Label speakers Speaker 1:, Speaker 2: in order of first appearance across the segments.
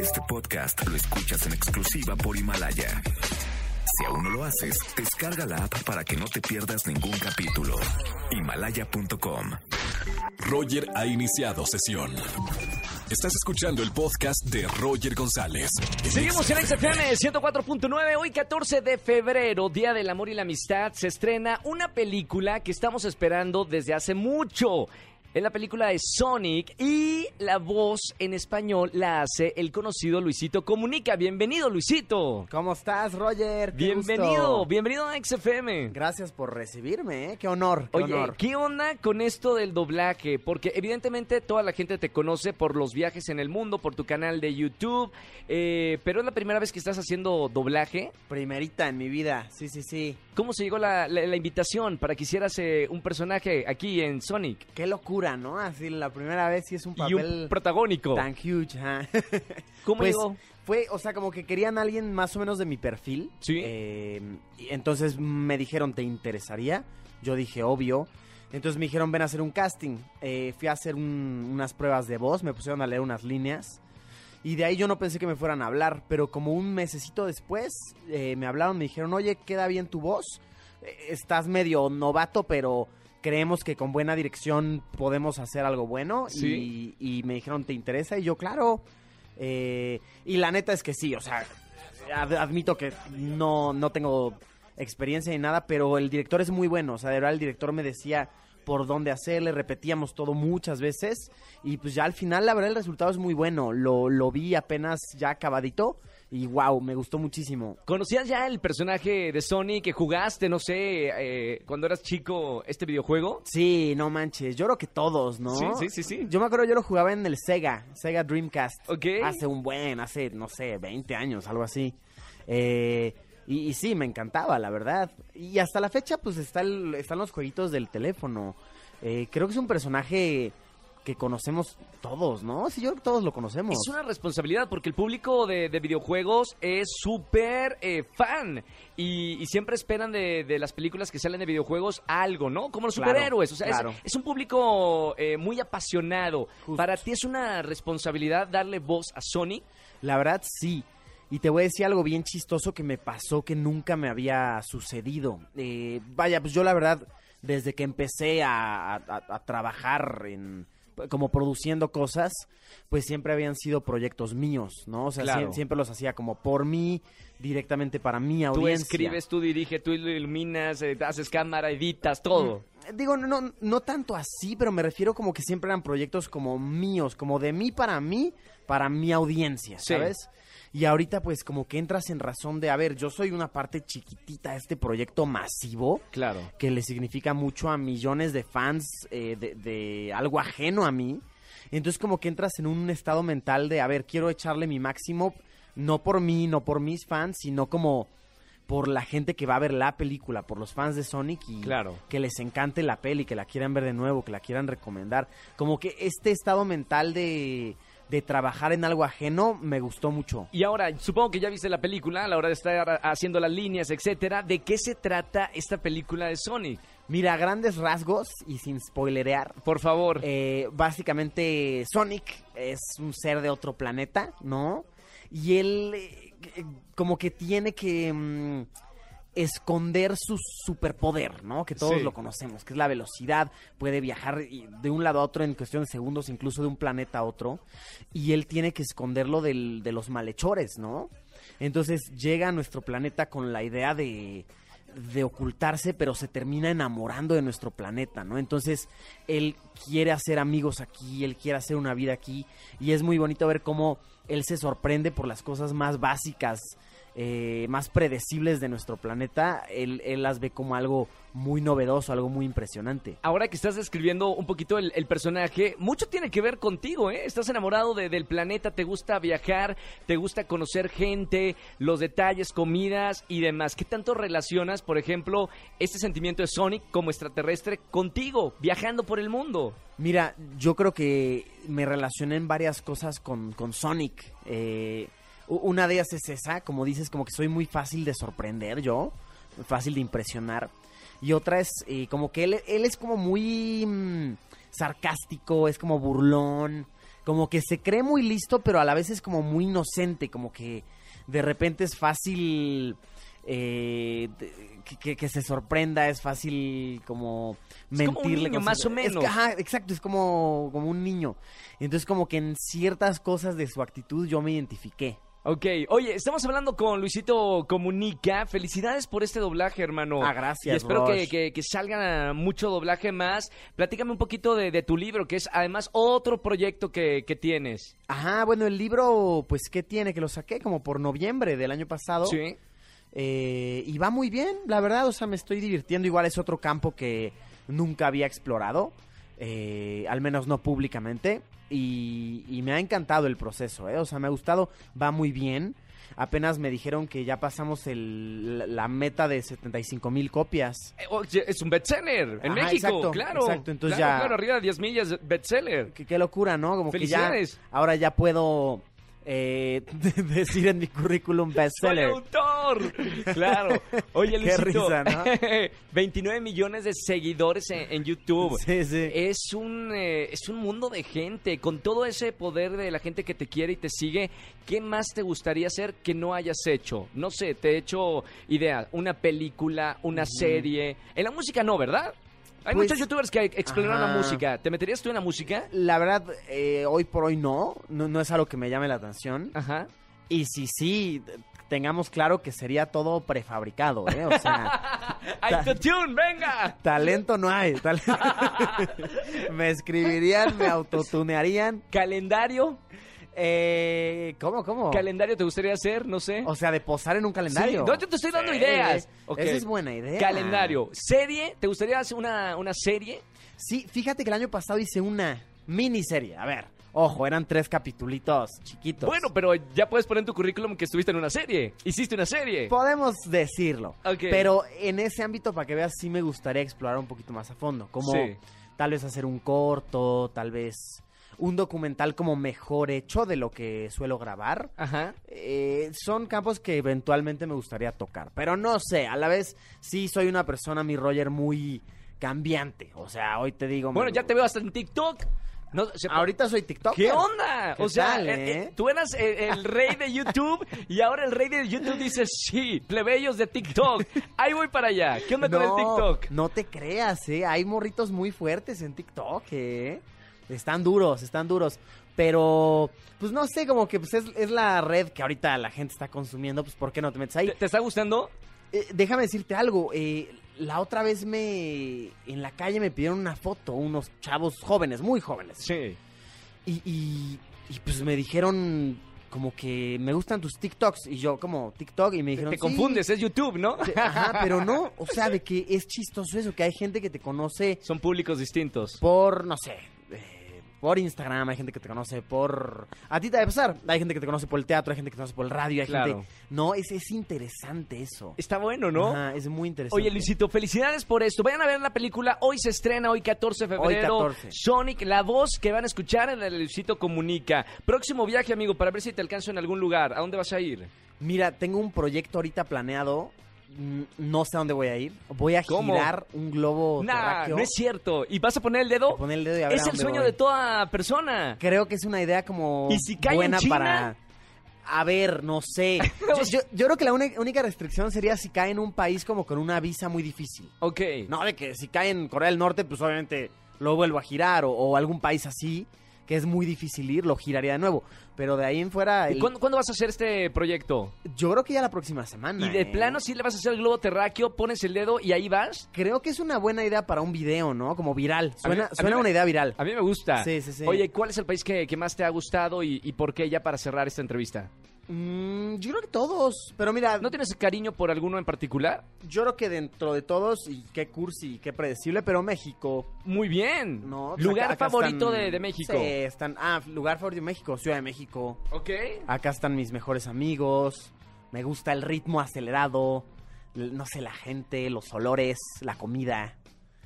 Speaker 1: Este podcast lo escuchas en exclusiva por Himalaya. Si aún no lo haces, descarga la app para que no te pierdas ningún capítulo. Himalaya.com.
Speaker 2: Roger ha iniciado sesión. Estás escuchando el podcast de Roger González. en
Speaker 3: Seguimos en XFM 104.9. Hoy, 14 de febrero, Día del Amor y la Amistad, se estrena una película que estamos esperando desde hace mucho. Es la película de Sonic y la voz en español la hace el conocido Luisito Comunica. Bienvenido, Luisito.
Speaker 4: ¿Cómo estás, Roger? Qué
Speaker 3: bienvenido,
Speaker 4: gusto.
Speaker 3: bienvenido a XFM.
Speaker 4: Gracias por recibirme, ¿eh? Qué honor, qué
Speaker 3: Oye,
Speaker 4: honor.
Speaker 3: ¿qué onda con esto del doblaje? Porque evidentemente toda la gente te conoce por los viajes en el mundo, por tu canal de YouTube, eh, pero es la primera vez que estás haciendo doblaje.
Speaker 4: Primerita en mi vida, sí, sí, sí.
Speaker 3: ¿Cómo se llegó la, la- la invitación para que hicieras eh, un personaje aquí en Sonic?
Speaker 4: Qué locura, ¿no? Así la primera vez sí es un
Speaker 3: Y un
Speaker 4: papel
Speaker 3: protagónico.
Speaker 4: tan huge, ajá.
Speaker 3: ¿Cómo
Speaker 4: Pues,
Speaker 3: llegó?
Speaker 4: Fue, o sea, como que querían a alguien más o menos de mi perfil.
Speaker 3: Sí.
Speaker 4: Eh, y entonces me dijeron, ¿te interesaría? Yo dije, obvio. Entonces me dijeron, ven a hacer un casting. Eh, fui a hacer un- unas pruebas de voz, me pusieron a leer unas líneas. Y de ahí yo no pensé que me fueran a hablar, pero como un mesecito después eh, me hablaron, me dijeron, oye, queda bien tu voz. Eh, Estás medio novato, pero creemos que con buena dirección podemos hacer algo bueno.
Speaker 3: Sí.
Speaker 4: Y, y me dijeron, ¿te interesa? Y yo, claro. Eh, y la neta es que sí, o sea, ad- admito que no, no tengo experiencia ni nada, pero el director es muy bueno. O sea, de verdad el director me decía por dónde hacerle, repetíamos todo muchas veces. Y pues ya al final, la verdad, el resultado es muy bueno. Lo, lo vi apenas ya acabadito y wow, me gustó muchísimo.
Speaker 3: ¿Conocías ya el personaje de Sonic que jugaste, no sé, eh, cuando eras chico, este videojuego?
Speaker 4: Sí, no manches, yo creo que todos, ¿no?
Speaker 3: Sí, sí, sí, sí.
Speaker 4: Yo me acuerdo, yo lo jugaba en el Sega, Sega Dreamcast.
Speaker 3: Ok.
Speaker 4: Hace un buen, hace, no sé, 20 años, algo así. Eh, y, y sí, me encantaba, la verdad. Y hasta la fecha, pues está el- están los jueguitos del teléfono. Eh, creo que es un personaje que conocemos todos, ¿no? Sí, yo creo que todos lo conocemos.
Speaker 3: Es una responsabilidad porque el público de, de videojuegos es súper eh, fan y, y siempre esperan de, de las películas que salen de videojuegos algo, ¿no? Como los
Speaker 4: Claro,
Speaker 3: superhéroes. O sea, es-
Speaker 4: claro.
Speaker 3: es, un público eh, muy apasionado.
Speaker 4: Justo.
Speaker 3: Para ti es una responsabilidad darle voz a Sonic.
Speaker 4: La verdad, sí. Y te voy a decir algo bien chistoso que me pasó que nunca me había sucedido. Eh, vaya, pues yo la verdad, desde que empecé a, a- a- a trabajar en como produciendo cosas, pues siempre habían sido proyectos míos, ¿no? O sea, sie-
Speaker 3: Claro.
Speaker 4: siempre los hacía como por mí, directamente para mi
Speaker 3: Tú
Speaker 4: audiencia.
Speaker 3: escribes, tú diriges, tú iluminas, eh, haces cámara, editas, todo.
Speaker 4: Mm, Digo, no, no, no tanto así, pero me refiero como que siempre eran proyectos como míos, como de mí para mí, para mi audiencia,
Speaker 3: Sí.
Speaker 4: ¿sabes? Y ahorita pues como que entras en razón de, a ver, yo soy una parte chiquitita de este proyecto masivo
Speaker 3: Claro.
Speaker 4: que le significa mucho a millones de fans eh, de, de algo ajeno a mí. Entonces como que entras en un estado mental de, a ver, quiero echarle mi máximo, no por mí, no por mis fans, sino como por la gente que va a ver la película, por los fans de Sonic y
Speaker 3: Claro.
Speaker 4: que les encante la peli, que la quieran ver de nuevo, que la quieran recomendar. Como que este estado mental de, de trabajar en algo ajeno me gustó mucho.
Speaker 3: Y ahora, supongo que ya viste la película a la hora de estar haciendo las líneas, etcétera. ¿De qué se trata esta película de Sonic?
Speaker 4: Mira, a grandes rasgos y sin spoilerear,
Speaker 3: Por favor.
Speaker 4: Eh, básicamente, Sonic es un ser de otro planeta, ¿no? Y él eh, eh, como que tiene que mm, esconder su superpoder, ¿no? Que todos
Speaker 3: Sí.
Speaker 4: lo conocemos, que es la velocidad, puede viajar y- de un lado a otro en cuestión de segundos, incluso de un planeta a otro. Y él tiene que esconderlo del- de los malhechores, ¿no? Entonces llega a nuestro planeta con la idea de, de ocultarse, pero se termina enamorando de nuestro planeta, ¿no? Entonces él quiere hacer amigos aquí, él quiere hacer una vida aquí, y es muy bonito ver cómo él se sorprende por las cosas más básicas, eh, más predecibles de nuestro planeta, él, él las ve como algo muy novedoso, algo muy impresionante.
Speaker 3: Ahora que estás describiendo un poquito el, el personaje, mucho tiene que ver contigo, ¿eh? Estás enamorado de- del planeta, te gusta viajar, te gusta conocer gente, los detalles, comidas y demás. ¿Qué tanto relacionas, por ejemplo, este sentimiento de Sonic como extraterrestre contigo, viajando por el mundo?
Speaker 4: Mira, yo creo que me relacioné en varias cosas con, con Sonic. Eh, u- una de ellas es esa, como dices, como que soy muy fácil de sorprender yo, fácil de impresionar. Y otra es eh, como que él, él es como muy mm, sarcástico, es como burlón, Como que se cree muy listo, pero a la vez es como muy inocente, como que de repente es fácil eh, de- que, que- que se sorprenda, es fácil como
Speaker 3: Es como un
Speaker 4: mentirle.
Speaker 3: niño,
Speaker 4: con-
Speaker 3: más o
Speaker 4: es que,
Speaker 3: menos.
Speaker 4: ajá, Ah, exacto, es como, como un niño. Entonces como que en ciertas cosas de su actitud yo me identifiqué.
Speaker 3: Ok, oye, estamos hablando con Luisito Comunica. Felicidades por este doblaje, hermano.
Speaker 4: Ah, gracias,
Speaker 3: Y espero que,
Speaker 4: Rosh.
Speaker 3: que- que salga mucho doblaje más. Platícame un poquito de, de tu libro, que es además otro proyecto que, que tienes.
Speaker 4: Ajá, bueno, el libro, pues, ¿qué tiene? Que lo saqué como por noviembre del año pasado.
Speaker 3: Sí.
Speaker 4: Eh, y va muy bien, la verdad, o sea, me estoy divirtiendo. Igual es otro campo que nunca había explorado, eh, al menos no públicamente. Y, y me ha encantado el proceso, ¿eh? O sea, me ha gustado, va muy bien. Apenas me dijeron que ya pasamos el- la- la meta de 75 mil copias.
Speaker 3: Eh, oye, Es un bestseller en
Speaker 4: Ajá,
Speaker 3: México,
Speaker 4: exacto,
Speaker 3: claro.
Speaker 4: exacto, entonces
Speaker 3: claro,
Speaker 4: ya-
Speaker 3: claro, arriba de 10 millas, bestseller.
Speaker 4: Qué, qué locura, ¿no? Como que ya,
Speaker 3: Felicidades.
Speaker 4: ahora ya puedo eh, decir en mi currículum bestseller.
Speaker 3: ¡Soy autor! Claro. Oye,
Speaker 4: Qué
Speaker 3: Luisito.
Speaker 4: risa, ¿no?
Speaker 3: 29 millones de seguidores en, en YouTube.
Speaker 4: Sí, sí.
Speaker 3: Es un, eh, es un mundo de gente. Con todo ese poder de la gente que te quiere y te sigue, ¿qué más te gustaría hacer que no hayas hecho? No sé, te he hecho idea. Una película, una serie. En la música no, ¿verdad? Hay
Speaker 4: Pues-
Speaker 3: muchos youtubers que exploran la
Speaker 4: Ajá.
Speaker 3: música. ¿Te meterías tú en la música?
Speaker 4: La verdad, eh, hoy por hoy no, no, no es algo que me llame la atención.
Speaker 3: Ajá.
Speaker 4: Y si sí, t- tengamos claro que sería todo prefabricado, ¿eh? O sea,
Speaker 3: ¡Autotune, venga!
Speaker 4: talento no hay. tal- me escribirían, me autotunearían.
Speaker 3: ¿Calendario?
Speaker 4: Eh, ¿Cómo, cómo?
Speaker 3: ¿Calendario te gustaría hacer? No sé.
Speaker 4: o sea, de posar en un Oh, calendario.
Speaker 3: Sí, no, yo te estoy dando
Speaker 4: Sí,
Speaker 3: ideas. Ok.
Speaker 4: Esa es buena idea.
Speaker 3: Calendario. ¿Serie? ¿Te gustaría hacer una, una serie?
Speaker 4: Sí, fíjate que el año pasado hice una miniserie. A ver, ojo, eran tres capitulitos chiquitos.
Speaker 3: Bueno, pero ya puedes poner en tu currículum que estuviste en una serie. Hiciste una serie.
Speaker 4: Podemos decirlo.
Speaker 3: Ok.
Speaker 4: Pero en ese ámbito, para que veas, sí me gustaría explorar un poquito más a fondo. Como
Speaker 3: Sí.
Speaker 4: tal vez hacer un corto, tal vez un documental como mejor hecho de lo que suelo grabar.
Speaker 3: Ajá.
Speaker 4: Eh, son campos que eventualmente me gustaría tocar. Pero no sé, a la vez sí soy una persona, mi Roger, muy cambiante. O sea, hoy te digo... me-
Speaker 3: Bueno, ya te veo hasta en TikTok. No, se-
Speaker 4: Ahorita soy TikToker.
Speaker 3: ¿Qué onda?
Speaker 4: Ah, ¿Qué
Speaker 3: o sea,
Speaker 4: tal,
Speaker 3: eh,
Speaker 4: eh?
Speaker 3: eh, tú eras eh, el, rey de YouTube y ahora el rey de YouTube dice, sí, plebeyos de TikTok. Ahí voy para allá. ¿Qué onda con el TikTok?
Speaker 4: No te creas, ¿eh? Hay morritos muy fuertes en TikTok, ¿eh? Están duros, están duros. Pero, pues no sé, como que pues, es, es la red que ahorita la gente está consumiendo, pues ¿por qué no te metes ahí?
Speaker 3: ¿Te, te está gustando?
Speaker 4: Eh, déjame decirte algo, eh, la otra vez me... En la calle me pidieron una foto, unos chavos jóvenes, muy jóvenes.
Speaker 3: Sí.
Speaker 4: Y, y, y, pues me dijeron como que me gustan tus TikToks. Y yo como TikTok y me dijeron...
Speaker 3: Te
Speaker 4: "Sí".
Speaker 3: confundes, es YouTube, ¿no?
Speaker 4: este, Ajá, pero no, o sea, de que es chistoso eso, que hay gente que te conoce
Speaker 3: Son públicos distintos.
Speaker 4: por, no sé, eh, por Instagram, hay gente que te conoce por... A ti te va a pasar, hay gente que te conoce por el teatro, hay gente que te conoce por el radio, hay
Speaker 3: Claro.
Speaker 4: gente... No, es, es interesante eso.
Speaker 3: Está bueno, ¿no?
Speaker 4: Ajá, es muy interesante.
Speaker 3: Oye, Luisito, felicidades por esto. Vayan a ver la película. Hoy se estrena, hoy 14 de febrero.
Speaker 4: Hoy 14.
Speaker 3: Sonic, la voz que van a escuchar en el Luisito Comunica. Próximo viaje, amigo, para ver si te alcanzo en algún lugar. ¿A dónde vas a ir?
Speaker 4: Mira, tengo un proyecto ahorita planeado, mm, no sé a dónde voy a ir. Voy a
Speaker 3: ¿Cómo?
Speaker 4: girar un globo
Speaker 3: Nah,
Speaker 4: terráqueo,
Speaker 3: no es cierto. ¿Y vas a poner el dedo?
Speaker 4: poner el dedo y a ver
Speaker 3: Es
Speaker 4: a
Speaker 3: el
Speaker 4: dónde
Speaker 3: sueño
Speaker 4: voy.
Speaker 3: de toda persona.
Speaker 4: Creo que es una idea como
Speaker 3: ¿Y si cae en
Speaker 4: buena
Speaker 3: China?
Speaker 4: para. A ver, no sé. Yo, yo- yo creo que la uni- única restricción sería si cae en un país como con una visa muy difícil.
Speaker 3: Ok.
Speaker 4: No, de que si cae en Corea del Norte, pues obviamente lo vuelvo a girar o, o algún país así, que es muy difícil ir, lo giraría de nuevo. Pero de ahí en fuera,
Speaker 3: ¿Y
Speaker 4: el-
Speaker 3: cuándo, cuándo vas a hacer este proyecto?
Speaker 4: yo creo que ya la próxima semana.
Speaker 3: Y de
Speaker 4: ¿eh?
Speaker 3: plano, si le vas a hacer el globo terráqueo, pones el dedo y ahí vas.
Speaker 4: Creo que es una buena idea para un video, ¿no? Como viral. Suena,
Speaker 3: a mí
Speaker 4: suena
Speaker 3: me-
Speaker 4: una idea viral.
Speaker 3: A mí me gusta.
Speaker 4: Sí, sí, sí.
Speaker 3: Oye, ¿cuál es el país que, que más te ha gustado y, y por qué ya para cerrar esta entrevista?
Speaker 4: Mm, yo creo que todos. Pero mira,
Speaker 3: ¿No tienes cariño por alguno en particular?
Speaker 4: Yo creo que dentro de todos, y qué cursi y qué predecible, pero México.
Speaker 3: Muy bien.
Speaker 4: No, Pues
Speaker 3: Lugar
Speaker 4: acá- acá
Speaker 3: favorito
Speaker 4: están-
Speaker 3: de, de México.
Speaker 4: Sí, están. Ah, lugar favorito de México, Ciudad de México.
Speaker 3: Ok.
Speaker 4: Acá están mis mejores amigos. Me gusta el ritmo acelerado. l- No sé, la gente, los olores, la comida.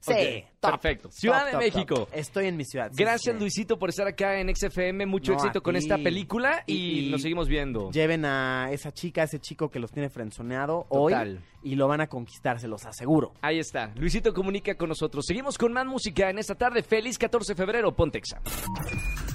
Speaker 4: Sí,
Speaker 3: Ok,
Speaker 4: top.
Speaker 3: perfecto.
Speaker 4: Top,
Speaker 3: Ciudad de
Speaker 4: top,
Speaker 3: México.
Speaker 4: top. Estoy en mi ciudad. sí,
Speaker 3: Gracias,
Speaker 4: sí.
Speaker 3: Luisito, por estar acá en XFM. Mucho
Speaker 4: No, a
Speaker 3: éxito con
Speaker 4: ti.
Speaker 3: esta película y,
Speaker 4: Y- y-
Speaker 3: nos seguimos viendo.
Speaker 4: Lleven a esa chica, a ese chico que los tiene frenzoneado hoy
Speaker 3: Total.
Speaker 4: y lo van a conquistar, se los aseguro.
Speaker 3: Ahí está. Luisito comunica con nosotros. Seguimos con más música en esta tarde. Feliz 14 de febrero, Pontexa.